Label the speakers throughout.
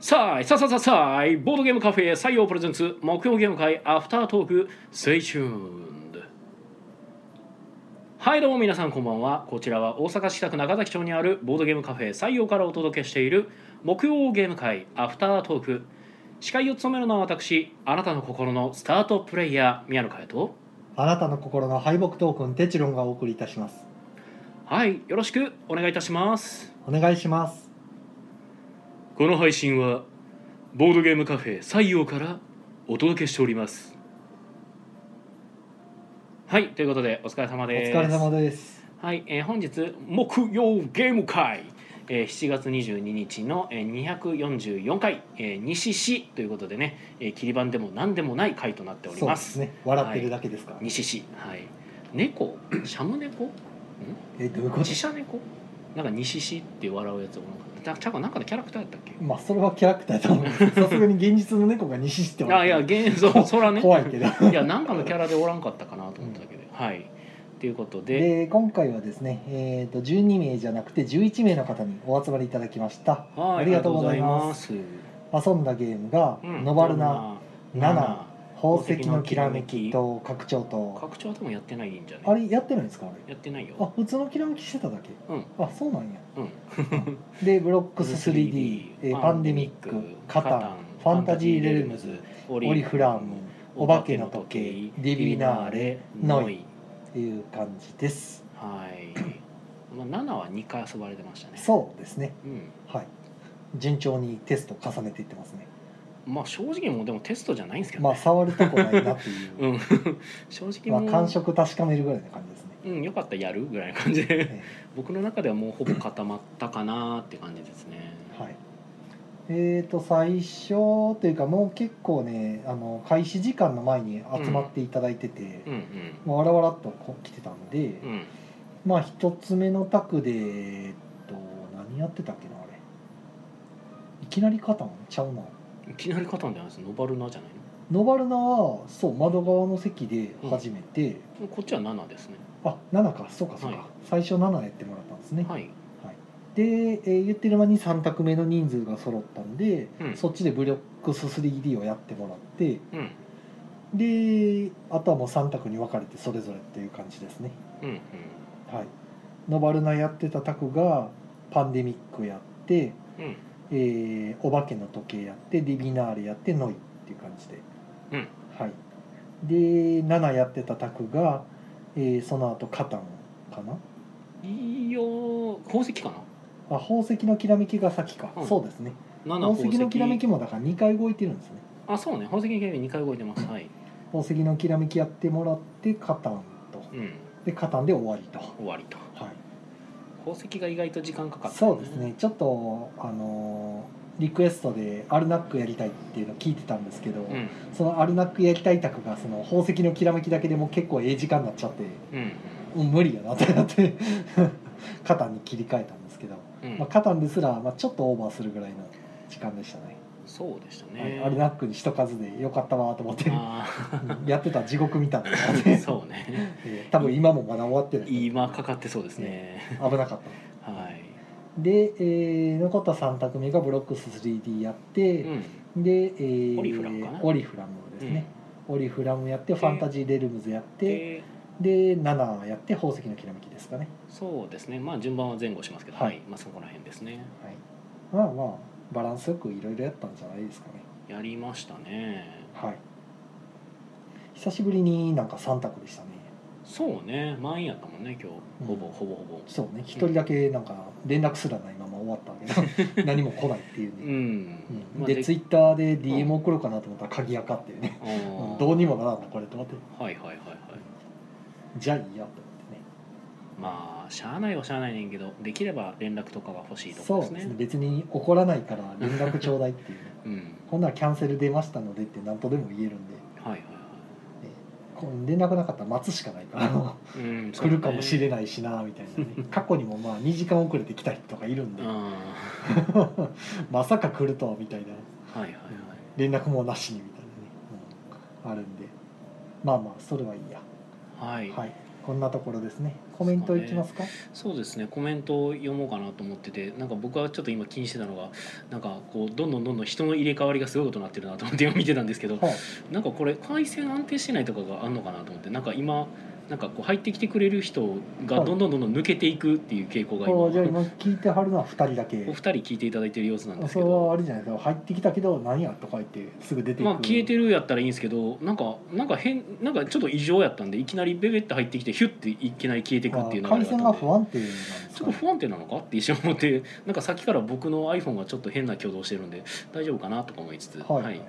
Speaker 1: さあいさあさあさあさあいボードゲームカフェ採用プレゼンツ木曜ゲーム会アフタートーク Stay tuned はいどうも皆さんこんばんはこちらは大阪市北区中崎町にあるボードゲームカフェ採用からお届けしている木曜ゲーム会アフタートーク司会を務めるのは私あなたの心のスタートプレイヤー宮野佳代と
Speaker 2: あなたの心の敗北トークンテチロンがお送りいたします
Speaker 1: はいよろしくお願いいたします
Speaker 2: お願いします
Speaker 1: この配信はボードゲームカフェ採用からお届けしておりますはいということでお疲れ様
Speaker 2: お
Speaker 1: です
Speaker 2: 疲れ様です
Speaker 1: はい、えー本日木曜ゲーム会、えー7月22日の、えー244回、えー西市ということでね、えー切り板でも何でもない回となっており
Speaker 2: そう
Speaker 1: ま
Speaker 2: ですすね笑ってるだけですから、
Speaker 1: 西市はい猫シャム猫
Speaker 2: えどういうこと
Speaker 1: 自社猫なんか西市って笑うやつおらんかっただちゃうかなんかのキャラクターやったっけ
Speaker 2: まあそれはキャラクターだと思うけどさすがに現実の猫が西しては
Speaker 1: あいや幻想そらね
Speaker 2: 怖いけど
Speaker 1: いやなんかのキャラでおらんかったかなと思っただけで、はいっていうこと で
Speaker 2: で今回はですね、えー、と12名じゃなくて11名の方にお集まりいただきました
Speaker 1: はい
Speaker 2: ありがとうございます
Speaker 1: ありがとう
Speaker 2: 遊んだゲームが「
Speaker 1: ございますうん
Speaker 2: ノバルナ
Speaker 1: ナ
Speaker 2: ナナ
Speaker 1: ナ
Speaker 2: 宝石のきらめき」と「拡張と
Speaker 1: 拡張でもやってないんじゃ」
Speaker 2: あ
Speaker 1: ない
Speaker 2: れやってるんですかあれ
Speaker 1: やってないよ
Speaker 2: あ普通のきらめきしてただけ
Speaker 1: うん
Speaker 2: あそうなんや
Speaker 1: うん
Speaker 2: でブロックス 3D えーパンデミックカタンファンタジーレルムズ
Speaker 1: オ
Speaker 2: オリフラームお化けの時計ディビナーレノイっていう感じです
Speaker 1: はい、 まあ、ナナは2回遊ばれてましたね
Speaker 2: そうですね
Speaker 1: う、ん、
Speaker 2: はい順調にテスト重ねていってますね
Speaker 1: まあ正直もうでもテストじゃないんですけど、
Speaker 2: まあ
Speaker 1: ね
Speaker 2: 触るとこないなって いう
Speaker 1: う、ん 正直
Speaker 2: まあ、
Speaker 1: もう、
Speaker 2: 感触確かめるぐらいな感じですね
Speaker 1: うんよかったらやるぐらいの感じで
Speaker 2: え
Speaker 1: 僕の中ではもうほぼ固まったかなって感じですね。
Speaker 2: はいえー、と最初というかもう結構ねあの開始時間の前に集まっていただいてて、
Speaker 1: うん
Speaker 2: もうわらわらっとこう来てたんで、
Speaker 1: うんうん。
Speaker 2: まあ一つ目のタクでえっと何やってたっけなあれいきなりカタンちゃうない
Speaker 1: きなり勝ったんじゃないですノバルナじゃない
Speaker 2: ノバルナはそう窓側の席で初めて、
Speaker 1: の。こっちは7ですね。
Speaker 2: あ7かそうかそうか、
Speaker 1: はい
Speaker 2: 最初7やってもらったんですね、
Speaker 1: はい。
Speaker 2: で、えー言ってる間に3択目の人数が揃ったんで、
Speaker 1: うん
Speaker 2: そっちでブロックス 3D をやってもらって
Speaker 1: うん
Speaker 2: であとはもう3択に分かれてそれぞれっていう感じですね
Speaker 1: うんうん
Speaker 2: はいノバルナやってたタクがパンデミックやって
Speaker 1: うん
Speaker 2: えーお化けの時計やってディビナーレやってノイっていう感じで、
Speaker 1: うん
Speaker 2: はい、で7やってたタクが、えーその後カタンかな
Speaker 1: うん。いいよ宝石か
Speaker 2: あ宝石のきらめきが先か、
Speaker 1: うん
Speaker 2: そうですね
Speaker 1: な。7
Speaker 2: 宝石のきらめ
Speaker 1: き。
Speaker 2: きもだから2回動いてるんですね
Speaker 1: あそうね宝石のきらめき2回動いてます。はい。
Speaker 2: 宝石のきらめきやってもらってカタンと
Speaker 1: うん
Speaker 2: でカタンで終わりと、
Speaker 1: 終わりと。
Speaker 2: はい、
Speaker 1: 宝石が意外と時間かかった、
Speaker 2: そうですね。ちょっとあのーリクエストでアルナックやりたいっていうの聞いてたんですけど、
Speaker 1: うん
Speaker 2: そのアルナックやりたい宅がその宝石のきらめきだけでもう結構ええ時間になっちゃって
Speaker 1: うん
Speaker 2: もう無理やなってなって カタンに切り替えたんですけど、
Speaker 1: うん。
Speaker 2: まあ、カタンですらまあちょっとオーバーするぐらいの時間でしたね、
Speaker 1: そうでした
Speaker 2: はい
Speaker 1: ね。
Speaker 2: アルナックに一数でよかったわと思って
Speaker 1: あ
Speaker 2: うんやってた地獄見たんだなっ
Speaker 1: ー
Speaker 2: て
Speaker 1: そうね。
Speaker 2: えー多分今もまだ終わってない
Speaker 1: 今かかってそうですね。
Speaker 2: 危なかった
Speaker 1: はい。
Speaker 2: で、えー残った3択目がブロックス 3D やって、
Speaker 1: うん。
Speaker 2: で、えー
Speaker 1: オリフラムかな
Speaker 2: オリフラムですね、オリフラムやってファンタジーレルムズやっ
Speaker 1: うん。
Speaker 2: て
Speaker 1: で
Speaker 2: で7やって宝石のきらめきですかね、
Speaker 1: そうですね。まあ順番は前後しますけど、は、
Speaker 2: はいい
Speaker 1: まあそこら辺ですね。
Speaker 2: はい、まあまあバランスよくいろいろやったんじゃないですかね
Speaker 1: やりましたね。
Speaker 2: はい久しぶりになんか3択でしたね
Speaker 1: そうね。満員やったもんね。今日ほぼ、
Speaker 2: うん
Speaker 1: ほぼほぼ。
Speaker 2: そうね1人だけなんか連絡すらないまま終わったわけ ど何も来ないっていう
Speaker 1: う
Speaker 2: ね、
Speaker 1: ん。
Speaker 2: うん
Speaker 1: まあ
Speaker 2: でツイッターで DM 送ろうかなと思ったら鍵垢っていうね、
Speaker 1: あー
Speaker 2: うんどうにもならんなこれと思って
Speaker 1: はいはいはいはい。
Speaker 2: じゃあいいやと思ってね
Speaker 1: まあしゃあないはしゃあないねんけど、できれば連絡とかが欲しいところ
Speaker 2: そう
Speaker 1: で
Speaker 2: ですす
Speaker 1: ね。
Speaker 2: ね別に怒らないから連絡ちょうだいっていうね
Speaker 1: うん。
Speaker 2: こんならキャンセル出ましたのでって何とでも言えるんで
Speaker 1: はいはいは
Speaker 2: こう連絡なかったら待つしかないから
Speaker 1: い。うん。
Speaker 2: 来るかもしれ
Speaker 1: い。
Speaker 2: ないしなみたいなね過去にもまあ2時間遅れて来た人とかいるんで、
Speaker 1: うん。はい
Speaker 2: まさか来るとはみたいな
Speaker 1: はいはい。
Speaker 2: 連絡もなしにみたいなね、うんあるんでまあまあそれはいいや、
Speaker 1: はい。
Speaker 2: はい、こんなところですねコメントいきますか
Speaker 1: そうですねコメントを読もうかなと思っててなんか僕はちょっと今気にしてたのがなんかこうどんどんどんどん人の入れ替わりがすごいことになってるなと思って今見てたんですけど
Speaker 2: はい
Speaker 1: なんかこれ回線安定してないとかがあんのかなと思ってなんか今なんかこう入ってきてくれる人がどんどんどんどん抜けていくっていう傾向が今
Speaker 2: これじゃあ
Speaker 1: お
Speaker 2: 今聞いてはるのは2人だけ
Speaker 1: 二人聞いていただいてる様子なんです
Speaker 2: そ
Speaker 1: け
Speaker 2: れ
Speaker 1: ど
Speaker 2: はあれじゃないですか入ってきたけど何やとか言ってすぐ出ていく、
Speaker 1: まあ消えてるやったらいいんですけどなんかなんか変なんかちょっと異常やったんでいきなりベベって入ってきてヒュッていきなり消えていくっていうの
Speaker 2: あ回線が不安定なんです
Speaker 1: ちょ
Speaker 2: か
Speaker 1: っと
Speaker 2: ね、
Speaker 1: 不安定なのかって一瞬思ってなんかさっきから僕の iPhone がちょっと変な挙動してるんで大丈夫かなとか思いつつ、
Speaker 2: はい、はい、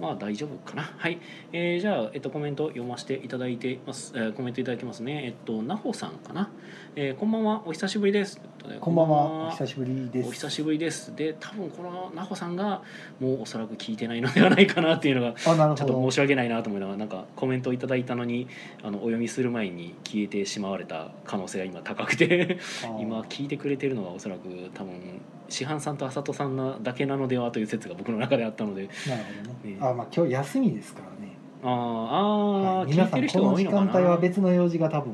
Speaker 1: まあ大丈夫かなはい、えーじゃあ、えっと、コメント読ませていただいてます、えーコメントいただきますねえっとなほさんかな、えーこんばんはお久しぶりですというこ
Speaker 2: こん
Speaker 1: とで
Speaker 2: ばんはお久しぶりです
Speaker 1: お久しぶりですで多分このなほさんがもうおそらく聞いてないのではないかなっていうのが
Speaker 2: あなる
Speaker 1: ちょ
Speaker 2: ほ
Speaker 1: っと
Speaker 2: ど
Speaker 1: 申し訳ないなと思いながらなんかコメントをいただいたのにあのお読みする前に消えてしまわれた可能性が今高くて
Speaker 2: あー
Speaker 1: 今聞いてくれてるのはおそらく多分師範さんと麻人さんなだけなのではという説が僕の中であったので
Speaker 2: なるほどね
Speaker 1: ね
Speaker 2: あまあ今日休みですからね、
Speaker 1: あーあー、
Speaker 2: はい、
Speaker 1: 聞
Speaker 2: 皆
Speaker 1: い
Speaker 2: さ
Speaker 1: て
Speaker 2: ん
Speaker 1: る
Speaker 2: こ
Speaker 1: 人が
Speaker 2: の
Speaker 1: 多い
Speaker 2: 時
Speaker 1: の
Speaker 2: 間
Speaker 1: か
Speaker 2: 帯
Speaker 1: な
Speaker 2: は別の用事が多分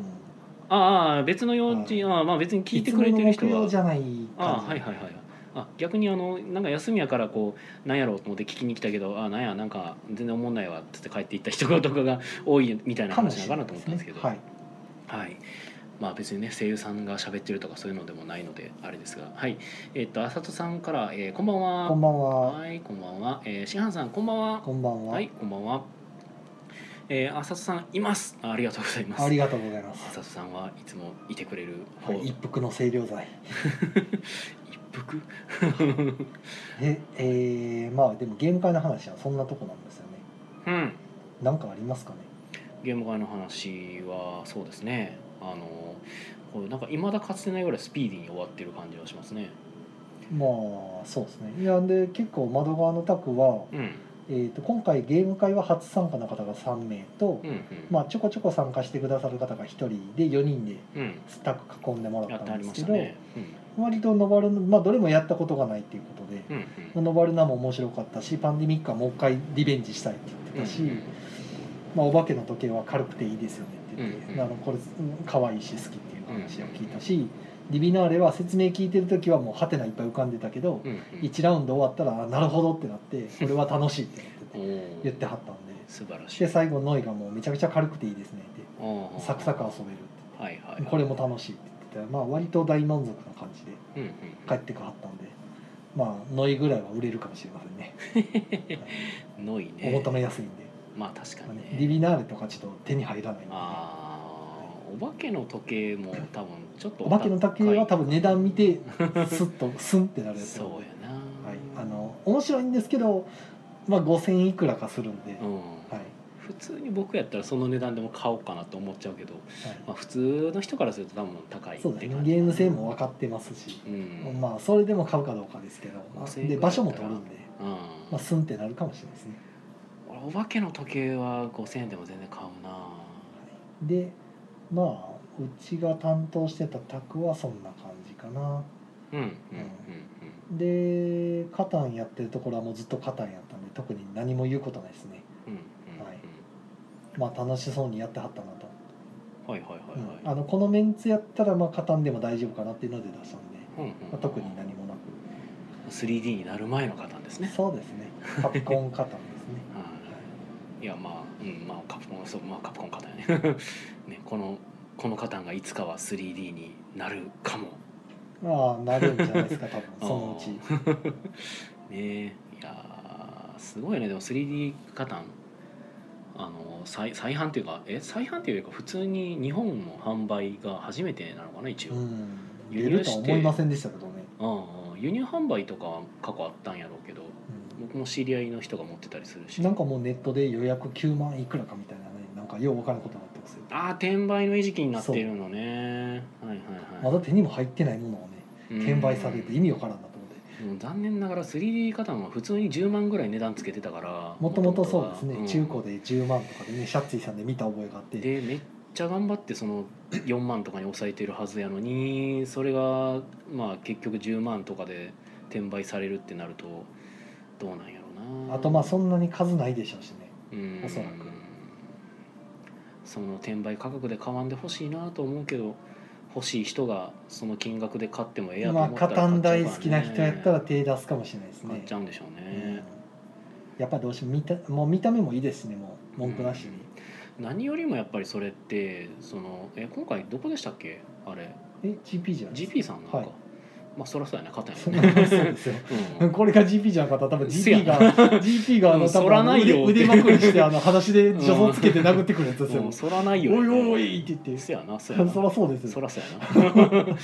Speaker 1: あーあー別の用事、
Speaker 2: はい
Speaker 1: ああまあ別に聞いて
Speaker 2: つ
Speaker 1: く
Speaker 2: も
Speaker 1: れ
Speaker 2: の
Speaker 1: てる人
Speaker 2: 木曜
Speaker 1: は
Speaker 2: じゃない
Speaker 1: あ
Speaker 2: 感
Speaker 1: ー
Speaker 2: じ
Speaker 1: はいはいはいあ逆にあのなんか休みやからこうなんやろうと思って聞きに来たけどあーなんやなんか全然おもんないわっつって帰っていった人とかが多いみたいな
Speaker 2: かも
Speaker 1: 話
Speaker 2: し
Speaker 1: なの
Speaker 2: れ
Speaker 1: か
Speaker 2: な
Speaker 1: ないと
Speaker 2: で
Speaker 1: 思った
Speaker 2: す
Speaker 1: んです
Speaker 2: ね
Speaker 1: けど
Speaker 2: は
Speaker 1: は
Speaker 2: い
Speaker 1: い。まあ別にね声優さんが喋ってるとかそういうのでもないのであれですが、はい。えっとあさとさんから、えーこんばんは。
Speaker 2: こんばんは
Speaker 1: はい、こんばんは。えー、しはんさん、こんばんは。
Speaker 2: こんばんは、
Speaker 1: はい、こんばんは。えー、あさとさんいます。あありがとうございます。
Speaker 2: あ
Speaker 1: あ
Speaker 2: りがとうございます
Speaker 1: さとさんはいつもいてくれる方、
Speaker 2: はい
Speaker 1: 一
Speaker 2: 一服の清涼剤
Speaker 1: 服。
Speaker 2: ええー、まあでもゲーム会の話はそんなとこなんですよね
Speaker 1: うん。
Speaker 2: なんかありますかね
Speaker 1: ゲーム会の話はそうですね。あのこれなんか未だかつてないぐらいスピーディーに終わってる感じがしますね。
Speaker 2: まあそうですねいやで結構窓側のタクは、
Speaker 1: うん。
Speaker 2: えー、と今回ゲーム会は初参加の方が3名と、
Speaker 1: うんうん。
Speaker 2: まあ、ちょこちょこ参加してくださる方が1人で4人で
Speaker 1: うん。
Speaker 2: スタック囲んでも
Speaker 1: や
Speaker 2: らっ
Speaker 1: ったてあ
Speaker 2: ん
Speaker 1: り
Speaker 2: で
Speaker 1: ますし
Speaker 2: け
Speaker 1: た
Speaker 2: ど、
Speaker 1: ね。
Speaker 2: 割とノバルの、まあ、どれもやったことがないっていうことで
Speaker 1: う、ん。うんうん。
Speaker 2: ノバルナも面白かったしパンデミックはもう一回リベンジしたいって言ってたし、
Speaker 1: うん
Speaker 2: まあ、お化けの時計は軽くていいですよねって言って、
Speaker 1: うんうん
Speaker 2: あのこれうん可愛いし好きっていう話を聞いたし、ディビナーレは説明聞いてる時はもうハテナいっぱい浮かんでたけど、
Speaker 1: うんうん
Speaker 2: 1ラウンド終わったらあなるほどってなってこれは楽しいってなって
Speaker 1: お
Speaker 2: て
Speaker 1: ー
Speaker 2: 言ってはったんで
Speaker 1: 素晴らしい
Speaker 2: で最後ノイがもうめちゃくちゃ軽くていいですねっ
Speaker 1: あー
Speaker 2: てサクサク遊べるって
Speaker 1: はいは
Speaker 2: 言
Speaker 1: い
Speaker 2: ってこれも楽しいって言ってたらまあ割と大満足な感じで
Speaker 1: うんうん
Speaker 2: 帰ってくはったんで。まあ、ノイぐらいは売れるかもしれませんね。
Speaker 1: のい
Speaker 2: お
Speaker 1: ね
Speaker 2: 求めやすいんで、
Speaker 1: まあ確か
Speaker 2: まあ
Speaker 1: に
Speaker 2: ね
Speaker 1: ね、
Speaker 2: ディビナーレとかちょっと手に入らないんで、
Speaker 1: あーお化けの時計も多分ちょっと
Speaker 2: お化けの時計は多分値段見 てスッとスンってなるやつ
Speaker 1: そうやな
Speaker 2: はい、あの面白いんですけど、まあ、5,000いくらかするんで、
Speaker 1: うん
Speaker 2: はい
Speaker 1: 普通に僕やったらその値段でも買おうかなと思っちゃうけど、まあ、普通の人からすると多分高いって
Speaker 2: そう
Speaker 1: 感
Speaker 2: だ
Speaker 1: じ
Speaker 2: ねゲーム性も分かってますし、
Speaker 1: うん、
Speaker 2: まあそれでも買うかどうかですけど、まあ
Speaker 1: 5,000
Speaker 2: で場所も取るんで、
Speaker 1: うん
Speaker 2: まあ、スンってなるかもしれないですね
Speaker 1: 俺お化けの時計は5000円でも全然買うな
Speaker 2: でまあうちが担当してた卓はそんな感じかな
Speaker 1: うんうんうん
Speaker 2: でカタンやってるところはもうずっとカタンやったんで特に何も言うことないですね
Speaker 1: うんうんうん
Speaker 2: はいまあ楽しそうにやってはったなと
Speaker 1: はいはいはいはい、
Speaker 2: あのこのメンツやったらまあカタンでも大丈夫かなっていうので出したんで、
Speaker 1: うんうん
Speaker 2: まあ、特に何もなく
Speaker 1: 3D になる前の方ですね
Speaker 2: そうですね カプコンカタンですね
Speaker 1: はいいやまあ、うん、まあカプコンそうまあカプコン方やね ねこのこの方がいつかは 3D になるかも
Speaker 2: まあなるんじゃないですか多分そのうち
Speaker 1: あーねえいやーすごいねでも 3D カタンあの再再販っていうかえ再販っていうよりか普通に日本の販売が初めてなのかな一応、
Speaker 2: う
Speaker 1: うん
Speaker 2: ん出
Speaker 1: 輸入
Speaker 2: るとは
Speaker 1: して
Speaker 2: 思いませんでしたけどね、
Speaker 1: うん輸入販売とかは過去あったんやろうけど僕も知り合いの人が持ってたりする
Speaker 2: う
Speaker 1: し
Speaker 2: ん、なんかもうネットで予約9万いくらかみたいなねなんかよう分からんことになってますよ
Speaker 1: ああ転売の餌食になってるのねはいはい
Speaker 2: ま
Speaker 1: はい
Speaker 2: だ手にも入ってないものをね転売されると
Speaker 1: て
Speaker 2: 意味わからんなと思って
Speaker 1: もう残念ながら 3D カタンは普通に10万ぐらい値段つけてたから
Speaker 2: もともとそうですね、
Speaker 1: ん
Speaker 2: 中古で10万とかでねシャッツィさんで見た覚えがあって
Speaker 1: でめっちゃ頑張ってその4万とかに抑えてるはずやのにそれがまあ結局10万とかで転売されるってなるとどうなんやろうな
Speaker 2: あとまあそんなに数ないでしょうしね
Speaker 1: うん
Speaker 2: おそらく
Speaker 1: その転売価格で買わんでほしいなと思うけど欲しい人がその金額で買ってもええやと
Speaker 2: ま
Speaker 1: 思
Speaker 2: あ
Speaker 1: った
Speaker 2: カ
Speaker 1: ら
Speaker 2: タン
Speaker 1: 買
Speaker 2: 大
Speaker 1: っ
Speaker 2: 好
Speaker 1: ち
Speaker 2: き
Speaker 1: ゃうから
Speaker 2: な
Speaker 1: ね
Speaker 2: 人やったら手出すかもしれないです
Speaker 1: 買っ
Speaker 2: ね
Speaker 1: ちゃうんでしょうね、
Speaker 2: やっぱどうしても見たもう見た目もいいですしねもう文句なしに、
Speaker 1: 何よりもやっぱりそれってそのえ今回どこでしたっけあれ
Speaker 2: え GP じゃないですか
Speaker 1: GP さんなんか、
Speaker 2: はい
Speaker 1: まあそりゃそうやね勝
Speaker 2: そ
Speaker 1: た
Speaker 2: うんな
Speaker 1: よ
Speaker 2: んで
Speaker 1: ね、
Speaker 2: すよ
Speaker 1: うん
Speaker 2: これが GP じゃなかったら多分
Speaker 1: せや
Speaker 2: GP が GP があ
Speaker 1: う
Speaker 2: の
Speaker 1: ん
Speaker 2: 多
Speaker 1: そ
Speaker 2: 分
Speaker 1: ら
Speaker 2: あの
Speaker 1: ない
Speaker 2: 腕
Speaker 1: よ
Speaker 2: 腕まくりしてあの裸足で助走つけて殴ってくるやつですよ、
Speaker 1: うん、そらないよ、
Speaker 2: おいおいって言って
Speaker 1: せやな そ
Speaker 2: そ
Speaker 1: やな
Speaker 2: らそうです
Speaker 1: そ
Speaker 2: よ、
Speaker 1: らそうやな 確かに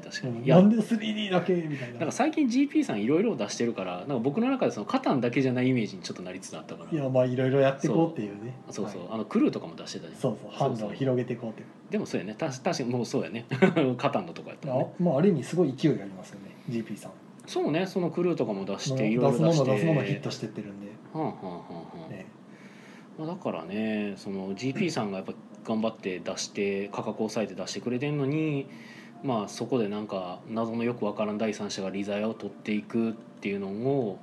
Speaker 1: 確か
Speaker 2: う
Speaker 1: に
Speaker 2: ん
Speaker 1: い
Speaker 2: な
Speaker 1: や
Speaker 2: んで 3D だけみたいな
Speaker 1: なんか最近 GP さんいろいろ出してるからなんか僕の中でそのカタンだけじゃないイメージにちょっとなりつつあったから
Speaker 2: いやまあいろいろやっていこうっていうね
Speaker 1: そうそう、
Speaker 2: はい
Speaker 1: あのクルーとかも出してたじゃん
Speaker 2: そうそう判断を広げていこうっていう
Speaker 1: でもそうやねたし確かにもうそうやね カタンのとこやったもんね
Speaker 2: あまあある意味すごい勢いがありますよね GP さん
Speaker 1: そうねそのクルーとかも出していろ
Speaker 2: 出
Speaker 1: い
Speaker 2: す
Speaker 1: ろ
Speaker 2: も
Speaker 1: 出し
Speaker 2: の
Speaker 1: て
Speaker 2: 出すものヒットしてってるんで、
Speaker 1: はんはんはんはん、
Speaker 2: ね、
Speaker 1: まあ、だからねその GP さんがやっぱ頑張って出して価格を抑えて出してくれてんのにまあそこでなんか謎のよくわからん第三者が利ザヤを取っていくっていうのを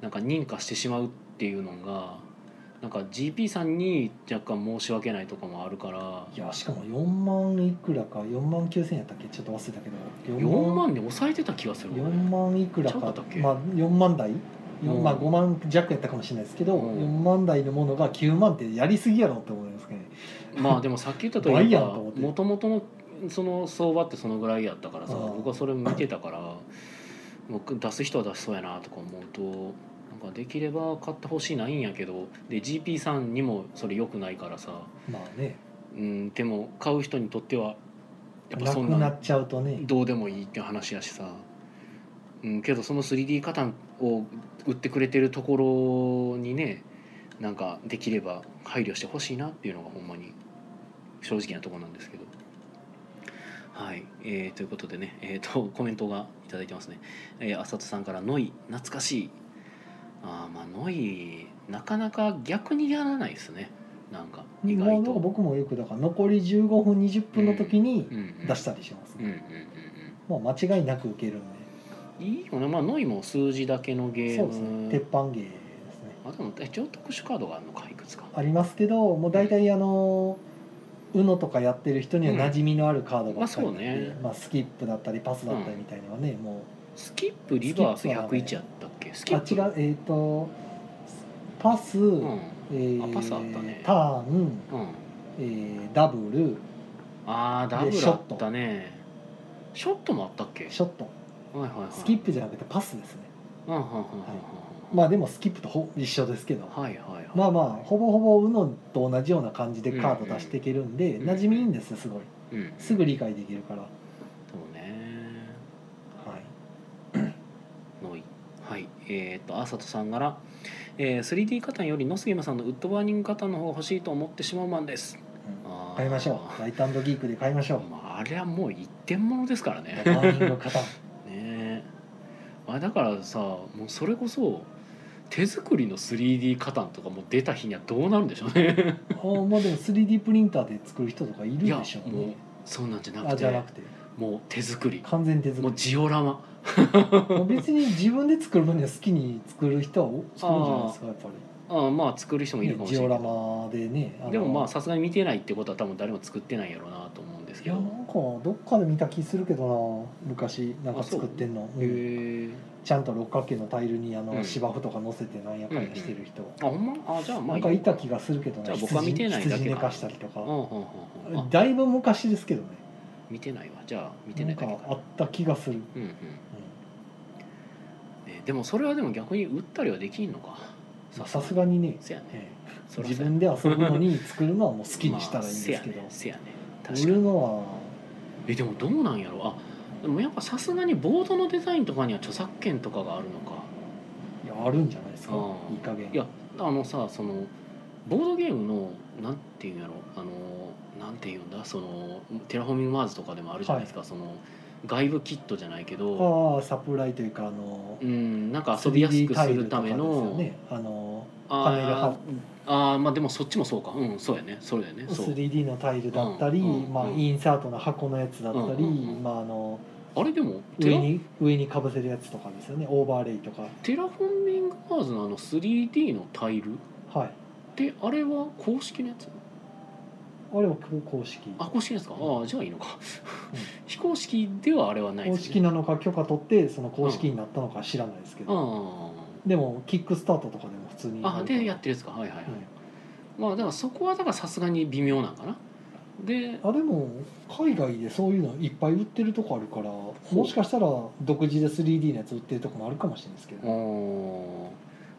Speaker 1: なんか認可してしまうっていうのがなんか GP さんに若干申し訳ないとかもあるから
Speaker 2: いやしかも4万いくらか4万9000やったっけちょっと忘れたけど
Speaker 1: 4万で抑えてた気がする
Speaker 2: 4万いくらか
Speaker 1: ちゃうかったっけ
Speaker 2: まあ、4万台、よん
Speaker 1: うん
Speaker 2: まあ、5万弱やったかもしれないですけど、
Speaker 1: うん
Speaker 2: 4万台のものが9万ってやりすぎやろって思いますけどね
Speaker 1: まあでもさっき言った通
Speaker 2: 倍
Speaker 1: り
Speaker 2: やんと思って
Speaker 1: もともとのその相場ってそのぐらいやったからさ
Speaker 2: うん
Speaker 1: 僕はそれを見てたからもう出す人は出しそうやなとか思うとなんかできれば買ってほしいないんやけどで GP さんにもそれ良くないからさ、
Speaker 2: まあね
Speaker 1: うん、でも買う人にとってはやっぱ
Speaker 2: な
Speaker 1: そ
Speaker 2: く
Speaker 1: ん
Speaker 2: な
Speaker 1: な
Speaker 2: っちゃうとね
Speaker 1: どうでもいいって話やしさ、うん、けどその 3D カタンを売ってくれてるところにねなんかできれば配慮してほしいなっていうのがほんまに正直なところなんですけど。はい、えーということでね、えーとコメントがいただいてますね。えー、浅田さんから「ノイ懐かしい」あーまあノイなかなか逆にやらないですねなんか意
Speaker 2: まあな
Speaker 1: 外
Speaker 2: んか
Speaker 1: と。
Speaker 2: 僕もよくだから残り15分20分の時に
Speaker 1: うんうん
Speaker 2: 出したりします、
Speaker 1: うん
Speaker 2: ね
Speaker 1: うんうんうん
Speaker 2: まあ、間違いなく受けるん
Speaker 1: いいよねまあノイも数字だけのゲー
Speaker 2: でそうです
Speaker 1: ム
Speaker 2: ね鉄板芸ですね
Speaker 1: あでも一応特殊カードがあるのかいくつか
Speaker 2: ありますけどもう大体あの UNO とかやってる人には馴染みのあるカードばっかりなんで、
Speaker 1: まあそうね
Speaker 2: まあ、スキップだったりパスだったりみたいのはね、も
Speaker 1: スキップリバース
Speaker 2: スキップはね
Speaker 1: 101やったっけス
Speaker 2: う
Speaker 1: キ
Speaker 2: あ
Speaker 1: ップ
Speaker 2: 違うえっ、とパス、
Speaker 1: うんうん
Speaker 2: えー
Speaker 1: あパスあったね
Speaker 2: ターン、えーダブル
Speaker 1: ああダブ
Speaker 2: で
Speaker 1: ル
Speaker 2: ショ
Speaker 1: あ
Speaker 2: ット
Speaker 1: ったねショットもあったっけ
Speaker 2: ショット
Speaker 1: はいはいはい
Speaker 2: スキップじゃなくてパスですね
Speaker 1: うんうんうんうんうん
Speaker 2: まあでもスキップとほ一緒ですけど
Speaker 1: はいはいはい
Speaker 2: まあまあほぼほぼ UNO と同じような感じでカード出していけるんで、
Speaker 1: うん
Speaker 2: 馴染みいいんですよすごい
Speaker 1: うん
Speaker 2: すぐ理解できるから、
Speaker 1: そうね
Speaker 2: はい、
Speaker 1: ノイはいえーっとあさとさんから、えー、3D カタンより野杉山さんのウッドバーニングカタンの方が欲しいと思ってしまうマンです
Speaker 2: うん
Speaker 1: あー
Speaker 2: 買いましょうライトギークで買いましょう
Speaker 1: まあ、あれはもう一点物ですからね。
Speaker 2: ラーニング 型
Speaker 1: ねえあれだからさもうそれこそ手作りの 3D カタンとかもう出た日にはどうなるんでしょうね
Speaker 2: おまあでも 3D プリンターで作る人とかいる
Speaker 1: いや
Speaker 2: でしょう
Speaker 1: もう
Speaker 2: ね
Speaker 1: そんなんじゃな
Speaker 2: あ
Speaker 1: く
Speaker 2: じ
Speaker 1: て
Speaker 2: ゃなくて
Speaker 1: もう手作り
Speaker 2: 完全手作
Speaker 1: もうジオラマ
Speaker 2: りもう別に自分で作る分には好きに作る人は作るんじゃないですかやっぱ
Speaker 1: ああまあ作る人も
Speaker 2: り、
Speaker 1: い
Speaker 2: ね
Speaker 1: るかもし
Speaker 2: ジ
Speaker 1: れ
Speaker 2: オ
Speaker 1: ない
Speaker 2: ラ
Speaker 1: けど
Speaker 2: マでねの
Speaker 1: でもまあさすがに見てないってことは多分誰も作ってないやろうなと思うんです
Speaker 2: い
Speaker 1: け
Speaker 2: や
Speaker 1: ど
Speaker 2: なんかどっかで見た気するけどな昔なんか作ってんのうん
Speaker 1: へえ
Speaker 2: ちゃんと六角形のタイルにあの、
Speaker 1: うん
Speaker 2: 芝生とか乗せてなんやかんやしてる人、
Speaker 1: あほんまあじゃあま
Speaker 2: な
Speaker 1: あ
Speaker 2: んかいた気
Speaker 1: が
Speaker 2: がするけど
Speaker 1: じゃ
Speaker 2: な
Speaker 1: あ僕は見てないだけか
Speaker 2: 羊寝かしたりと
Speaker 1: うん
Speaker 2: か、
Speaker 1: うんうんうんあ
Speaker 2: だいぶ昔ですけどね
Speaker 1: 見てないわじゃあ見てないだけ
Speaker 2: なん
Speaker 1: か
Speaker 2: かあった気がする、
Speaker 1: うんうんねでもそれはでも逆に打ったりはできんのか
Speaker 2: うんさすがにね、
Speaker 1: せやね
Speaker 2: ええ
Speaker 1: そら
Speaker 2: 自分で遊ぶのに作るのはもう好きにしたらいいんですけど、
Speaker 1: ま あせやねせやね
Speaker 2: 売
Speaker 1: 確か
Speaker 2: る
Speaker 1: に
Speaker 2: のは
Speaker 1: えでもどうなんやろあでもやっぱさすがにボードのデザインとかには著作権とかがあるのか
Speaker 2: いやあるんじゃないですか
Speaker 1: うん
Speaker 2: いい加減
Speaker 1: いやあのさそのボードゲームのなんていうんやろあのなんていうんだそのテラフォーミングマーズとかでもあるじゃないですか、その外部キットじゃないけど
Speaker 2: ああサプライというかあの
Speaker 1: うんなんか遊びやすくするため
Speaker 2: 3D
Speaker 1: の、
Speaker 2: タイルとかですよねあのパネル
Speaker 1: あ
Speaker 2: は
Speaker 1: ーあーまあでもそっちもそうかうんそうやねそうやねそう
Speaker 2: 3D のタイルだったり、
Speaker 1: うんうん
Speaker 2: まあ、
Speaker 1: うん
Speaker 2: インサートの箱のやつだったり、
Speaker 1: うんうんうん
Speaker 2: まあ、あの
Speaker 1: あれでもテ
Speaker 2: 上
Speaker 1: ラ
Speaker 2: に上にかぶせるやつとかですよねオーバーレイとか
Speaker 1: テラフォーミングマーズのあの 3D のタイルっ
Speaker 2: はい
Speaker 1: てあれは公式のやつ
Speaker 2: あれは公式
Speaker 1: あ公式ですかああじゃあいいのか、
Speaker 2: うん
Speaker 1: 非公式ではあれはない
Speaker 2: 公
Speaker 1: です
Speaker 2: 式
Speaker 1: ね
Speaker 2: なのか許可取ってその公式になったのか知らないですけ
Speaker 1: う
Speaker 2: ど、
Speaker 1: ん
Speaker 2: でもキックスタートとかでも普通に、
Speaker 1: あでやっててるんですかはいはいはい、
Speaker 2: うん
Speaker 1: まあだからそこはだからさすがに微妙なんかなで
Speaker 2: あでも海外でそういうのいっぱい売ってるとこあるからも
Speaker 1: う
Speaker 2: しかしたら独自で 3D のやつ売ってるとこもあるかもしれないですけ
Speaker 1: あ
Speaker 2: ど、
Speaker 1: ー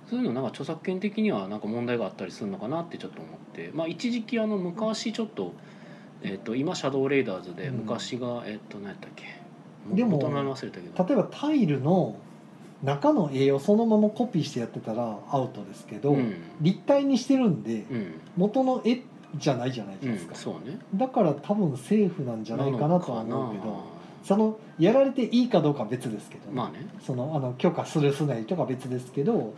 Speaker 1: そういうのなんか著作権的にはなんか問題があったりするのかなってちょっと思って、まあ、一時期あの昔ちょっと,、えっと今シャドウレイダーズで
Speaker 2: うん
Speaker 1: 昔が、えっと何やったっけ
Speaker 2: でも
Speaker 1: 大人の忘れたけど
Speaker 2: 例えばタイルの中の絵をそのままコピーしてやってたらアウトですけど、
Speaker 1: うん
Speaker 2: 立体にしてるんで
Speaker 1: うん
Speaker 2: 元の絵じゃないじゃない
Speaker 1: うん
Speaker 2: ですか、
Speaker 1: そうね
Speaker 2: だから多分セーフなんじゃないかなとは思うけ
Speaker 1: なのか
Speaker 2: どそのやられていいかどうかは別ですけどね、
Speaker 1: なまあね
Speaker 2: そのあの許可するすないとか別ですけど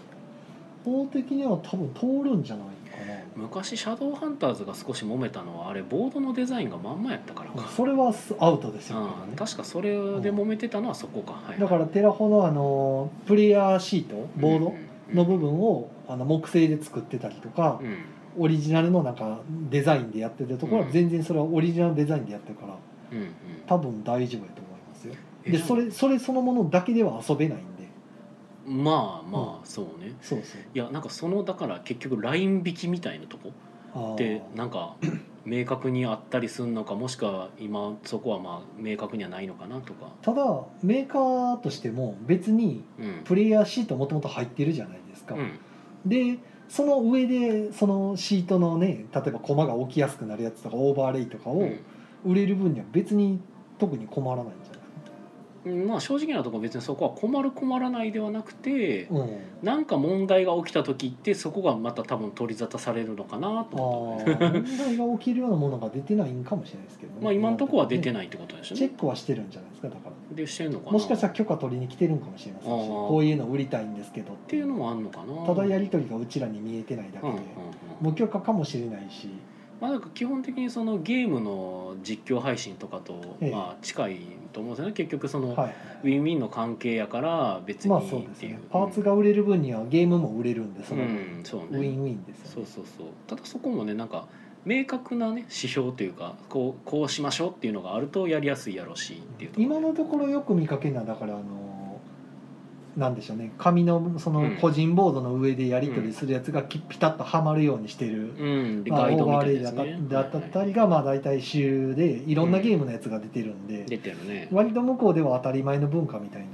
Speaker 2: 法的には多分通るんじゃないかな。
Speaker 1: 昔シャドウハンターズが少し揉めたのはあれボードのデザインがまんまやったからか、
Speaker 2: それはすアウトですよ、
Speaker 1: あー確かそれで揉めてたのはそこか、はい、
Speaker 2: だからテラフォのあのプレイヤーシートボードの部分をあの木製で作ってたりとか
Speaker 1: うん、うん
Speaker 2: オリジナルのなんかデザインでやってるところ
Speaker 1: う
Speaker 2: は
Speaker 1: ん
Speaker 2: 全然それはオリジナルデザインでやってるから
Speaker 1: うんうん
Speaker 2: 多分大丈夫やと思いますよ
Speaker 1: え
Speaker 2: で
Speaker 1: じゃあ
Speaker 2: それそれそのものだけでは遊べないんで
Speaker 1: まあまあそうね
Speaker 2: そうそう
Speaker 1: いやなんかそのだから結局ライン引きみたいなとこ
Speaker 2: あー
Speaker 1: ってなんか 明確にあったりするのかもしくは今そこはまあ明確にはないのかなとか、
Speaker 2: ただメーカーとしても別に
Speaker 1: うん
Speaker 2: プレイヤーシートもともと入ってるじゃないですか、
Speaker 1: うん
Speaker 2: でその上でそのシートのね例えばコマが置きやすくなるやつとかオーバーレイとかを、売れる分には別に特に困らないんじ
Speaker 1: うん、まあ正直なとこ別にそこは困る困らないではなくて
Speaker 2: ゃ、ない、うん、
Speaker 1: なんか問題が起きた時ってそこがまた多分取り沙汰されるのかなと
Speaker 2: あ
Speaker 1: 思ったんだよね
Speaker 2: ー問題が起きるようなものが出てないんかもしれないですけどね、
Speaker 1: まあ今のとこは出て
Speaker 2: い
Speaker 1: ないってことでしょ
Speaker 2: チェ
Speaker 1: ね
Speaker 2: ックはしてるんじゃないですかだから
Speaker 1: でしてるのかな
Speaker 2: もしかした
Speaker 1: っ
Speaker 2: ら許可取りに来てるんかもしれませんし
Speaker 1: あー
Speaker 2: こういうの売りたいんですけどって
Speaker 1: いうのもあんのかな
Speaker 2: ただやり取りがうちらに見えてないだけ
Speaker 1: うん
Speaker 2: で、
Speaker 1: うんうん
Speaker 2: 無許可かもしれないし
Speaker 1: まあ、なんか基本的にそのゲームの実況配信とかと
Speaker 2: ええ
Speaker 1: まあ近いと思うんですよね結局その
Speaker 2: はい
Speaker 1: ウィンウィンの関係やから別に
Speaker 2: まあ
Speaker 1: っ
Speaker 2: そうです
Speaker 1: ていう
Speaker 2: ねパーツが売れる分にはゲームも売れるんで
Speaker 1: う
Speaker 2: その、
Speaker 1: んそう
Speaker 2: ウィ
Speaker 1: ね
Speaker 2: ンウィンです
Speaker 1: そう
Speaker 2: よね
Speaker 1: そうそうただそこもねなんか明確なね指標というかこうこうしましょうっていうのがあるとやりやすいやろうしっていうところ
Speaker 2: 今のところよく見かけるのはだからあのなんでしょうね紙のその個人ボードの上でやり取りするやつがきピタッとはまるようにしてる、
Speaker 1: うんで
Speaker 2: まあ、
Speaker 1: ガイドみ
Speaker 2: オーバー
Speaker 1: た
Speaker 2: レ
Speaker 1: い
Speaker 2: イ
Speaker 1: な
Speaker 2: だ
Speaker 1: や
Speaker 2: っ
Speaker 1: つ
Speaker 2: た
Speaker 1: ね
Speaker 2: だった
Speaker 1: はい
Speaker 2: りがまあ大体週でいろんなゲームのやつが出てるんで、
Speaker 1: 出てるね
Speaker 2: 割と向こうでは当たり前の文化みたい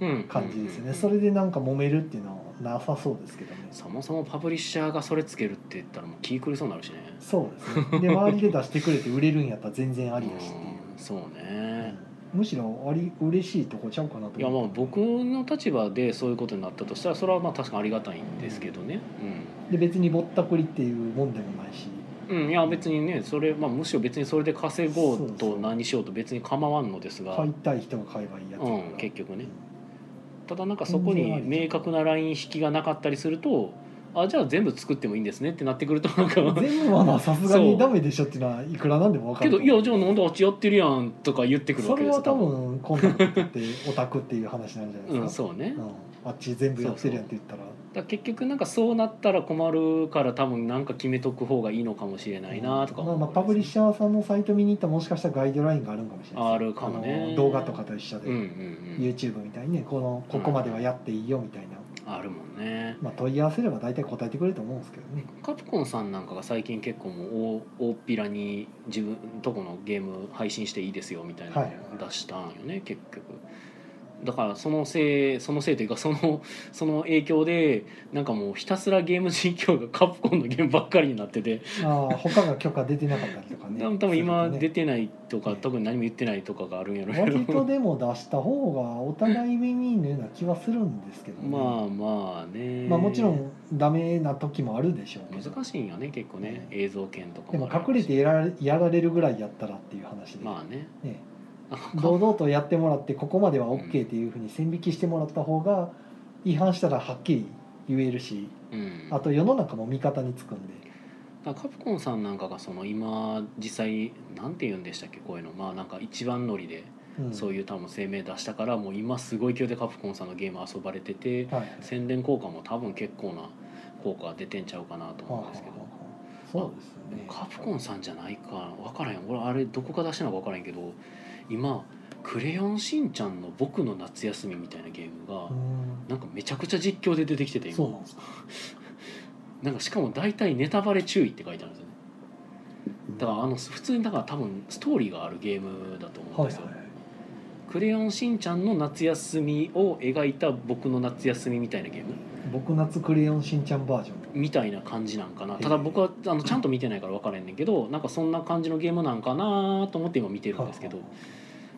Speaker 2: な
Speaker 1: うん
Speaker 2: 感じですよね、
Speaker 1: うんうんうん
Speaker 2: それでなんか揉めるっていうのはなさそうですけどね
Speaker 1: そもそもパブリッシャーがそれつけるって言ったらもう気狂いそうになるしね
Speaker 2: そうですねで周りで出してくれて売れるんやったら全然ありやしっていう
Speaker 1: うんそう
Speaker 2: う
Speaker 1: ね
Speaker 2: ん、むしろあり嬉しいとこちゃうかなと思う
Speaker 1: いやまあ僕の立場でそういうことになったとしたらそれはまあ確かにありがたいんですけどね
Speaker 2: で別にぼったくりっていうもんでもないし
Speaker 1: うん、うん、いや別にねそれ、まあ、むしろ別にそれで稼ごう
Speaker 2: そう
Speaker 1: と
Speaker 2: そう
Speaker 1: 何しようと別に構わんのですが
Speaker 2: 買いたい人が買えばいいやつだから
Speaker 1: うん結局ねただなんかそこに明確なライン引きがなかったりするとあじゃあ全部作ってもいいんですねってなってくるとなんか
Speaker 2: うん全部はまあさすが
Speaker 1: そう
Speaker 2: にダメでしょっていうのはいくらなんでも分か
Speaker 1: け
Speaker 2: る
Speaker 1: ど「いやじゃあ
Speaker 2: ん
Speaker 1: なんであっちやってるやん」とか言ってくる
Speaker 2: そ
Speaker 1: わけ
Speaker 2: れ
Speaker 1: です
Speaker 2: は
Speaker 1: よ
Speaker 2: 多分コンタクトってオタクっていう話なんじゃないです
Speaker 1: う
Speaker 2: か、
Speaker 1: んそうね、
Speaker 2: うんあっち全部やってるやんって言ったら
Speaker 1: だから結局なんかそうなったら困るから多分なんか決めとく方がいいのかもしれないなとか思
Speaker 2: まあ
Speaker 1: う
Speaker 2: まあパブリッシャーさんのサイト見に行ったらもしかしたらガイドラインがあるんかもしれないです
Speaker 1: あるかもね
Speaker 2: あの動画とかと一緒で、
Speaker 1: うんうんうん
Speaker 2: YouTube みたいにねこのここまではやっていいよみたいな、
Speaker 1: あるもんね
Speaker 2: まあ、問い合わせれば大体答えてくれると思うんです けどね
Speaker 1: カプコンさんなんかが最近結構もう大大っぴらに自分とこのゲーム配信していいですよみたいなの
Speaker 2: はい
Speaker 1: 出したんよね、結局だからそのせいそのせいというかその その影響でなんかもうひたすらゲーム実況がカプコンのゲームばっかりになってて
Speaker 2: ああ他が許可出てなかったりとかね
Speaker 1: 多分多分今出
Speaker 2: で
Speaker 1: てないとか
Speaker 2: ね
Speaker 1: 特に何も言ってないとかがあるんやろうけど
Speaker 2: 割とでも出した方がお互いウィンウィンのような気はするんですけどね、
Speaker 1: まあまあね
Speaker 2: まあもちろんダメな時もあるでしょうけど
Speaker 1: 難しいんよね結構ね映像権とか
Speaker 2: でも
Speaker 1: あるし
Speaker 2: 隠れてやらやられるぐらいやったらっていう話で、
Speaker 1: まあね
Speaker 2: ね、
Speaker 1: あ
Speaker 2: 堂々とやってもらってここまでは OK っていうふうに線引きしてもらった方が違反したらはっきり言えるし
Speaker 1: うん、
Speaker 2: あと世の中も味方につくんで
Speaker 1: だからカプコンさんなんかがその今実際なんて言うんでしたっけこういうのまあなんか一番乗りで
Speaker 2: うん
Speaker 1: そういう多分声明出したからもう今すごい勢いでカプコンさんのゲーム遊ばれてて
Speaker 2: はい
Speaker 1: 宣伝効果も多分結構な効果が出てんちゃうかなと
Speaker 2: はあ
Speaker 1: 思うん
Speaker 2: は
Speaker 1: ですけど
Speaker 2: あはあそうですよね
Speaker 1: カプコンさんじゃないか分からへん俺あれどこか出してんのか分からへんけど今「クレヨンしんちゃんの僕の夏休み」みたいなゲームが、
Speaker 2: うん
Speaker 1: なんかめちゃくちゃ実況で出てきてて
Speaker 2: そう
Speaker 1: 今
Speaker 2: なんですか
Speaker 1: なんかしかも大体ネタバレ注意って書いてあるんですよねだからあの普通にだから多分ストーリーがあるゲームだと思うん
Speaker 2: はい
Speaker 1: です
Speaker 2: は
Speaker 1: よ、
Speaker 2: いはい
Speaker 1: クレヨンしんちゃんの夏休みを描いた僕の夏休みみたいなゲーム
Speaker 2: 僕夏クレヨンしんちゃんバージョン
Speaker 1: みたいな感じなんかな
Speaker 2: へえ
Speaker 1: ただ僕はあのちゃんと見てないから分からへんねんけどなんかそんな感じのゲームなんかなと思って今見てるんですけど
Speaker 2: は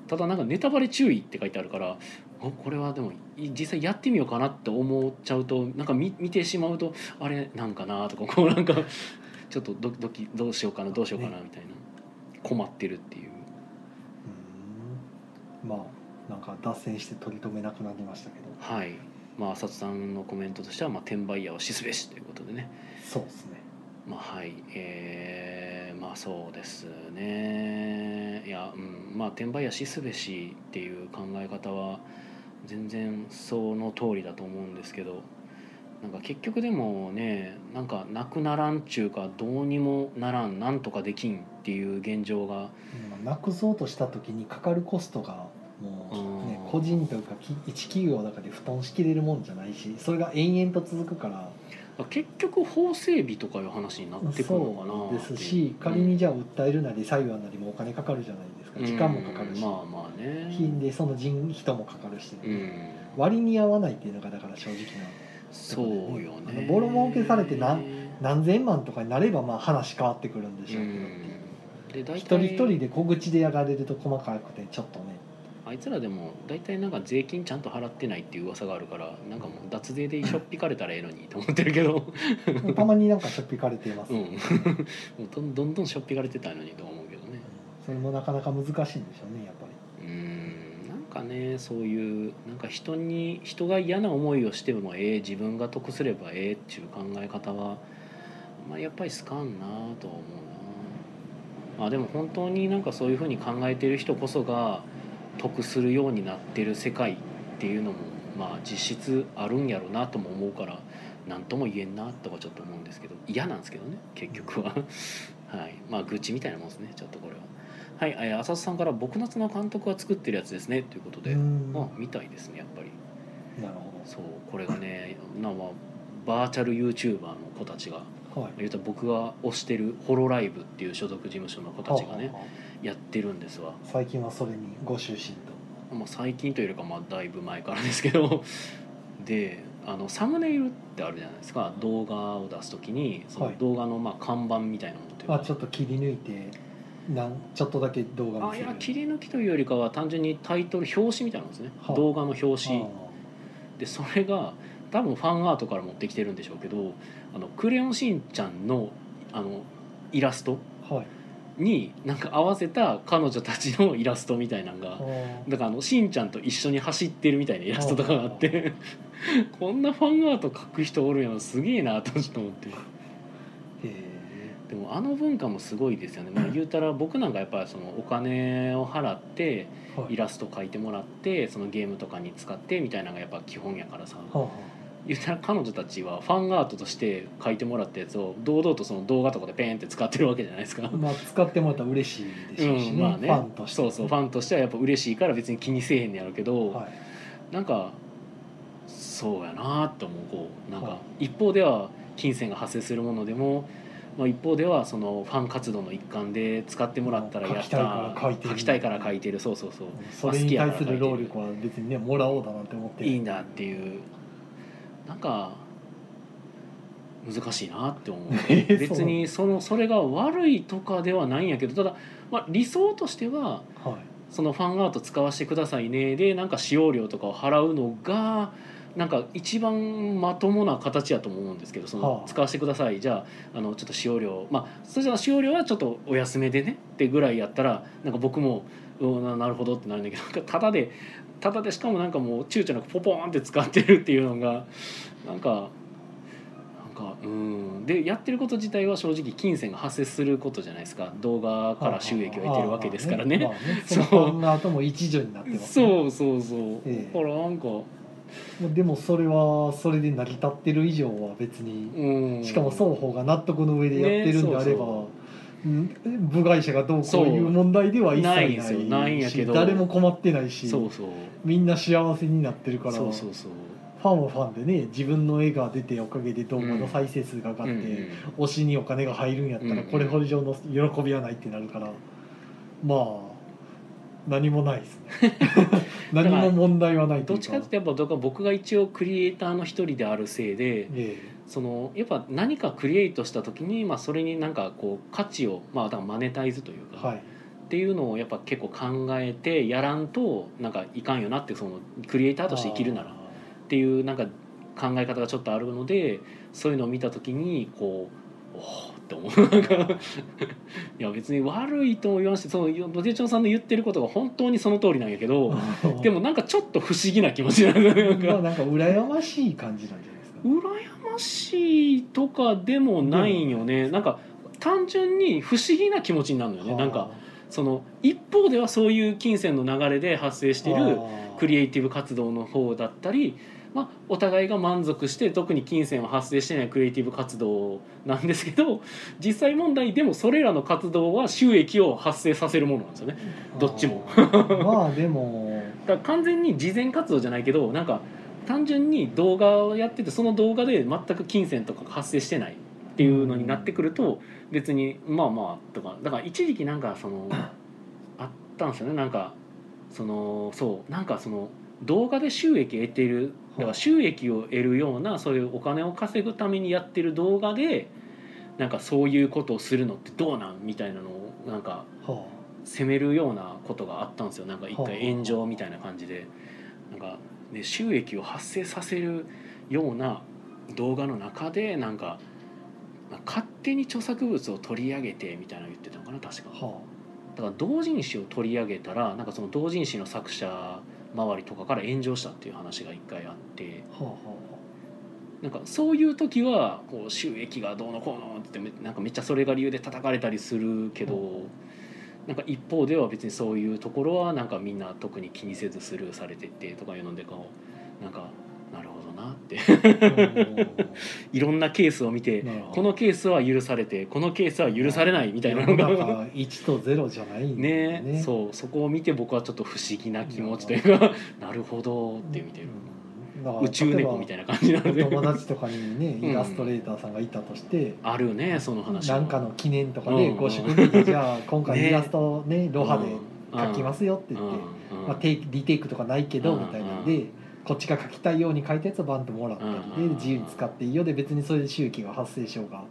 Speaker 1: ただなんかネタバレ注意って書いてあるからおこれはでもい実際やってみようかなって思っちゃうとなんか見見てしまうとあれなんかなとかこうなんかちょっとドキドキどうしようかなどうしようかなみたいな困ってるっていう
Speaker 2: あうんまあなんか脱線して取り留めなくなりましたけど
Speaker 1: はいまあ浅津さんのコメントとしては、まあ、転売屋を死すべしということでね
Speaker 2: そうですね
Speaker 1: まあはいえーまあそうですねいやうんまあ転売やしすべしっていう考え方は全然その通りだと思うんですけどなんか結局でもねなんかなくならんちゅうかどうにもならんなんとかできんっていう現状が
Speaker 2: まあなくそうとした時にかかるコストがもう、ね
Speaker 1: うん、
Speaker 2: 個人というかき一企業の中で負担しきれるもんじゃないしそれが延々と続くから
Speaker 1: 結局法整備とかいう話になってくるのかな
Speaker 2: そう
Speaker 1: ってい
Speaker 2: ですし仮にじゃあ訴えるなり裁判なりもお金かかるじゃないですか時間もかかる
Speaker 1: うん
Speaker 2: し、
Speaker 1: まあまあね
Speaker 2: 金でその人人もかかるし、
Speaker 1: うん
Speaker 2: 割に合わないっていうのがだから正直な
Speaker 1: そうよ
Speaker 2: あの
Speaker 1: ね
Speaker 2: ボロ儲けされてな何千万とかになればまあ話変わってくるんでしょうけどっていう
Speaker 1: で大
Speaker 2: 一
Speaker 1: 体
Speaker 2: 人一人で小口でやられると細かくてちょっとね
Speaker 1: あいつらでも大体なんか税金ちゃんと払ってないっていう噂があるからなんかもう脱税でしょっぴかれたらええのにと思ってるけ ど
Speaker 2: たまになんかしょっぴかれていま す、
Speaker 1: うんもうどんどんどんしょっぴかれてたのにと思うけどね
Speaker 2: それもなかなか難しいんでしょうねやっぱ
Speaker 1: うんなんかねそういうなんか人に人が嫌な思いをしてもええ自分が得すればええっていう考え方は、まあ、やっぱり好かんなとは思うな、まあ、でも本当になんかそういうふうに考えてる人こそが得するようになってる世界っていうのもまあ実質あるんやろうなとも思うから何とも言えんなとかちょっと思うんですけど嫌なんですけどね結局ははいまあ愚痴みたいなもんですねちょっとこれははいえー浅田さんから「僕夏の監督が作ってるやつですね」ということ
Speaker 2: り
Speaker 1: で、
Speaker 2: うんな
Speaker 1: まあ
Speaker 2: る
Speaker 1: みたいですねやっぱり
Speaker 2: ほ
Speaker 1: そうこれがね なまあバーチャル YouTuber の子たちが
Speaker 2: どはい
Speaker 1: 言うと僕が推してるホロライブっていう所属事務所の子たちがね
Speaker 2: はあは
Speaker 1: やってるんですわ
Speaker 2: あ最近はそれにご就寝と
Speaker 1: まあ、最近というよりかまあだいぶ前からですけど であのサムネイルってあるじゃないですか動画を出す時にそ
Speaker 2: は
Speaker 1: の
Speaker 2: い
Speaker 1: 動画のまあ看板みたいなものというか、
Speaker 2: あちょっと切り抜いてなんちょっとだけ動画
Speaker 1: あ
Speaker 2: 見
Speaker 1: い
Speaker 2: せる
Speaker 1: や切り抜きというよりかは単純にタイトル表紙みたいなんですね、
Speaker 2: はあ
Speaker 1: 動画の表紙
Speaker 2: あ
Speaker 1: でそれが多分ファンアートから持ってきてるんでしょうけど「あのクレヨンしんちゃんの」あのイラスト
Speaker 2: あはい
Speaker 1: になんか合わせた彼女たちのイラストみたいなのが
Speaker 2: あ
Speaker 1: だからあのしんちゃんと一緒に走ってるみたいなイラストとかがあって こんなファンアート描く人おるやんすげえなとちょっと思って
Speaker 2: へえ
Speaker 1: でもあの文化もすごいですよね、まあ、言うたら僕なんかやっぱりそのお金を払って
Speaker 2: はい
Speaker 1: イラスト描いてもらってそのゲームとかに使ってみたいなのがやっぱ基本やからさ
Speaker 2: はあは
Speaker 1: 言うたら彼女たちはファンアートとして描いてもらったやつを堂々とその動画とかでペーンって使ってるわけじゃないですか
Speaker 2: あ。まあ使ってもらったら嬉しいでしょうしね,、
Speaker 1: うんまあね、
Speaker 2: ファンとして
Speaker 1: そうそうファンとしてはやっぱ嬉しいから別に気にせえへんねやろうけど、
Speaker 2: はい
Speaker 1: なんかそうやなって思うこうなん
Speaker 2: は
Speaker 1: か一方では金銭が発生するものでも、まあ、一方ではそのファン活動の一環で使ってもらったらやった
Speaker 2: 書きたいから書いてる
Speaker 1: 書きたいから書いてるそうそうそう
Speaker 2: それに対する労力は別にねもらおうだなんて思って
Speaker 1: いいんだっていうなんか難しいなって思う
Speaker 2: えそう
Speaker 1: 別にそのそれが悪いとかではないんやけどただ、まあ、理想としては
Speaker 2: はい
Speaker 1: そのファンアート使わせてくださいねでなんか使用料とかを払うのがなんか一番まともな形やと思うんですけどそ
Speaker 2: は
Speaker 1: の
Speaker 2: あ
Speaker 1: 使わせてくださいじゃああのちょっと使用料まあそれじゃあ使用料はちょっとお安めでねってぐらいやったらなんか僕もうんななるほどってなるんだけどなんかただでただでしかもなんかもう躊躇なくポポーンって使ってるっていうのがなんか。なんかうんでやってること自体は正直金銭が発生することじゃないですか動画から収益を得てるわけですからね
Speaker 2: まあね
Speaker 1: そう
Speaker 2: そのファンアートも一助になってますね
Speaker 1: そうそうそう、
Speaker 2: ええ
Speaker 1: だからなんか
Speaker 2: まあでもそれはそれで成り立ってる以上は別に、
Speaker 1: うん、
Speaker 2: しかも双方が納得の上でやってるんで
Speaker 1: ね
Speaker 2: あれば、
Speaker 1: そう
Speaker 2: うん部外者がどうこういう問題では一切
Speaker 1: な
Speaker 2: ない
Speaker 1: ん
Speaker 2: い
Speaker 1: ですよないんやけ
Speaker 2: し
Speaker 1: ど
Speaker 2: 誰も困ってないし
Speaker 1: そうそう
Speaker 2: みんな幸せになってるから
Speaker 1: そうそうそう
Speaker 2: ファンはファンでね自分の絵が出ておかげで動画の再生数が上がって、
Speaker 1: うん
Speaker 2: 推しにお金が入るんやった
Speaker 1: うんう
Speaker 2: ら
Speaker 1: ん
Speaker 2: これほど以上の喜びはないってなるからまあ何もないです ね何も問題はないと
Speaker 1: ど
Speaker 2: い
Speaker 1: っ
Speaker 2: う
Speaker 1: ち
Speaker 2: か
Speaker 1: かっていうとやっぱ僕は僕が一応クリエイターの一人であるせいで
Speaker 2: え
Speaker 1: そのやっぱ何かクリエイトした時に、まあ、それになんかこう価値を、まあ、だからマネタイズという
Speaker 2: え
Speaker 1: か、
Speaker 2: はい
Speaker 1: っていうのをやっぱ結構考えてやらんとなんかいかんよなってそのクリエイターとして生きるならっていうなんか考え方がちょっとあるのでそういうのを見た時にこうおおって思うなんか いや別に悪いとも言わんしその野手町さんの言ってることが本当にその通りなんやけどでもなんかちょっと不思議な気持ちになるなんか
Speaker 2: まあなんか羨ましい感じなんじゃないですか、
Speaker 1: 羨ましいとかでもないんよねなんか単純に不思議な気持ちになるのよねなんかその一方ではそういう金銭の流れで発生しているクリ
Speaker 2: エイ
Speaker 1: エイティブ活動の方だったり、まあ、お互いが満足して特に金銭は発生してないクリエイティブ活動なんですけど実際問題でもそれらの活動は収益を発生させるものなんですよねどっちも
Speaker 2: まあでも
Speaker 1: だから完全に慈善活動じゃないけどなんか単純に動画をやっててその動画で全く金銭とかが発生してないっていうのになってくると別にまあまあとかだから一時期なんかそのあったんですよねなんかそのそうなんかその動画で収益得ているだから収益を得るようなそういうお金を稼ぐためにやってる動画でなんかそういうことをするのってどうなんみたいなのをなんか
Speaker 2: は
Speaker 1: 責めるようなことがあったんですよなんか一
Speaker 2: はあ
Speaker 1: 回炎上みたいな感じでなんか、ね、収益を発生させるような動画の中でなんかまあ勝手に著作物を取り上げてみたいなの言ってたのかな確か
Speaker 2: あは
Speaker 1: だから同人誌を取り上げたらなんかその同人誌の作者周りとかから炎上したっていう話が一回あって
Speaker 2: あはあは
Speaker 1: なんかそういう時はこう収益がどうのこうのってめなんかめっちゃそれが理由で叩かれたりするけど、なんか一方では別にそういうところはなんかみんな特に気にせずスルーされてってとかいうのでこうなんかなるほどなって
Speaker 2: あうん
Speaker 1: いろんなケースを見て
Speaker 2: なるほど
Speaker 1: このケースは許されてこのケースは許されないみたいなの
Speaker 2: 世の
Speaker 1: が。
Speaker 2: 中1と0じゃないんだ
Speaker 1: ね
Speaker 2: よ
Speaker 1: そうそこを見て僕はちょっと不思議な気持ちというかなるほどって見てる、
Speaker 2: うんだから
Speaker 1: 宇宙猫みたいな感じなの
Speaker 2: 例え
Speaker 1: で
Speaker 2: ばお友達とかに
Speaker 1: うん
Speaker 2: ねイラストレーターさんがいたとして、
Speaker 1: あるねその話
Speaker 2: なんかの記念とか
Speaker 1: う
Speaker 2: で
Speaker 1: ん
Speaker 2: ご祝儀でじゃ あ今
Speaker 1: ね
Speaker 2: 回イラストねロハで描きますすよって言って、まあ、テイクリテイクとかないけど
Speaker 1: うん
Speaker 2: みたいなん
Speaker 1: う
Speaker 2: でこっちが描きたいように描いたやつはバンともらった
Speaker 1: う
Speaker 2: り
Speaker 1: ん
Speaker 2: で自由に使っていいよで別にそれで周期が発生しようが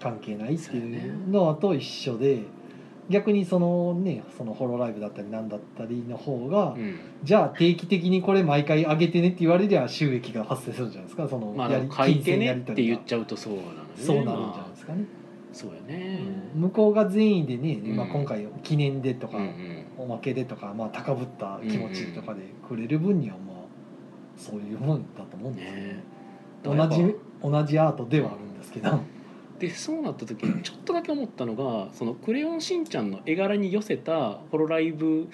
Speaker 2: 関係ないっていうのと一緒で逆にそのねそのホロライブだったりなんだったりの方が
Speaker 1: うんうん
Speaker 2: じゃあ定期的にこれ毎回上げてねって言われりゃ収益が発生するんじゃないですかその
Speaker 1: まあ
Speaker 2: や
Speaker 1: で
Speaker 2: り
Speaker 1: も書いてねっ
Speaker 2: 金
Speaker 1: て言
Speaker 2: 銭やり
Speaker 1: っちゃうとそうなのね
Speaker 2: 取りがそうなるんじゃない
Speaker 1: ま
Speaker 2: ですかね、
Speaker 1: あそうよね
Speaker 2: うん向こうが善意でね、
Speaker 1: うん
Speaker 2: まあ、今回記念でと
Speaker 1: う
Speaker 2: か、
Speaker 1: んうん
Speaker 2: おまけでとか、まあ、高ぶった気持ちとかでくれる分にはまあそういうもんだと思うんですけど、
Speaker 1: ね
Speaker 2: 同じ同じアートではあるんですけど、
Speaker 1: でそうなった時にちょっとだけ思ったのが「そのクレヨンしんちゃん」の絵柄に寄せたホロライブ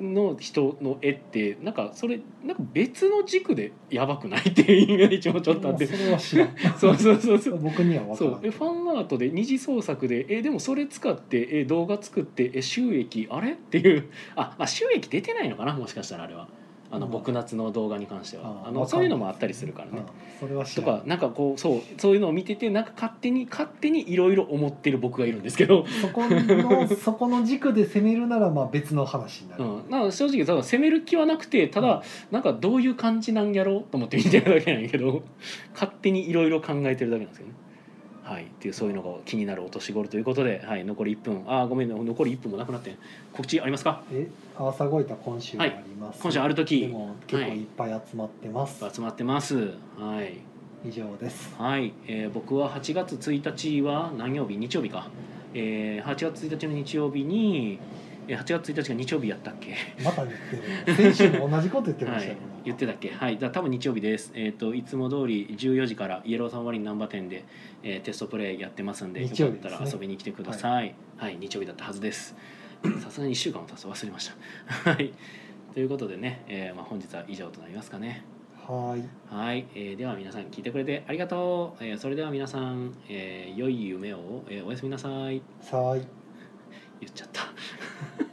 Speaker 1: の人の絵ってなんかそれなんか別の軸でやばくないっていうイメージもちょっとあって
Speaker 2: まあそれは知ら ん
Speaker 1: そうそうそうそう
Speaker 2: 僕には分か
Speaker 1: そ
Speaker 2: ら
Speaker 1: うんえファンアートで二次創作でえでもそれ使ってえ動画作ってえ収益あれっていうあ、まあ、収益出てないのかなもしかしたらあれはあの
Speaker 2: うん
Speaker 1: 僕夏の動画に関しては
Speaker 2: あ
Speaker 1: あ
Speaker 2: わかんな
Speaker 1: のそういうのもあったりするからね
Speaker 2: あ。それは知
Speaker 1: と
Speaker 2: らん
Speaker 1: かなんかこうそうそういうのを見ててなんか勝手に勝手にいろいろ思ってる僕がいるんですけど、
Speaker 2: そこの そこの軸で攻めるならまあ別の話にな
Speaker 1: う
Speaker 2: る、
Speaker 1: ん、なんか正直多分責める気はなくてただなんかどういう感じなんやろうと思って見てるだけなんやけど 勝手にいろいろ考えてるだけなんですけどね。はい、っていうそういうのが気になるお年頃ということで、はい、残り1分あーごめんね残り1分もなくなってん告知ありますか
Speaker 2: え朝ごいた今週はあります、
Speaker 1: 今週ある
Speaker 2: で
Speaker 1: 時
Speaker 2: も結構いっぱい集まってます、
Speaker 1: 集まってますはい、
Speaker 2: 以上です
Speaker 1: はいえー僕は8月1日は何曜日日曜日か、えー8月1日の日曜日にえー8月1日が日曜日やったっけ
Speaker 2: また言ってる先週も同じこと言ってま
Speaker 1: は
Speaker 2: したよ
Speaker 1: い
Speaker 2: ね、、
Speaker 1: 言ってたっけはいだ多分日曜日ですえっ、といつも通り14時からイエローサンワリン難波店で、えーテストプレイやってますんで
Speaker 2: 日曜
Speaker 1: よ
Speaker 2: 日ですね
Speaker 1: かったら遊びに来てくださいはい、日曜日だったはず ですさすがに1週間も経つと忘れましたはいということでね、えーまあ、本日は以上となりますかね
Speaker 2: はい
Speaker 1: はい、えーでは皆さん聞いてくれてありがとう、えーそれでは皆さん、えー良い夢を、えーおやすみなさい
Speaker 2: さーい
Speaker 1: 言っちゃった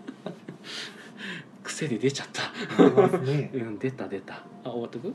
Speaker 1: 癖で出ちゃった
Speaker 2: 出ますね
Speaker 1: うん出た出たあ終わっとく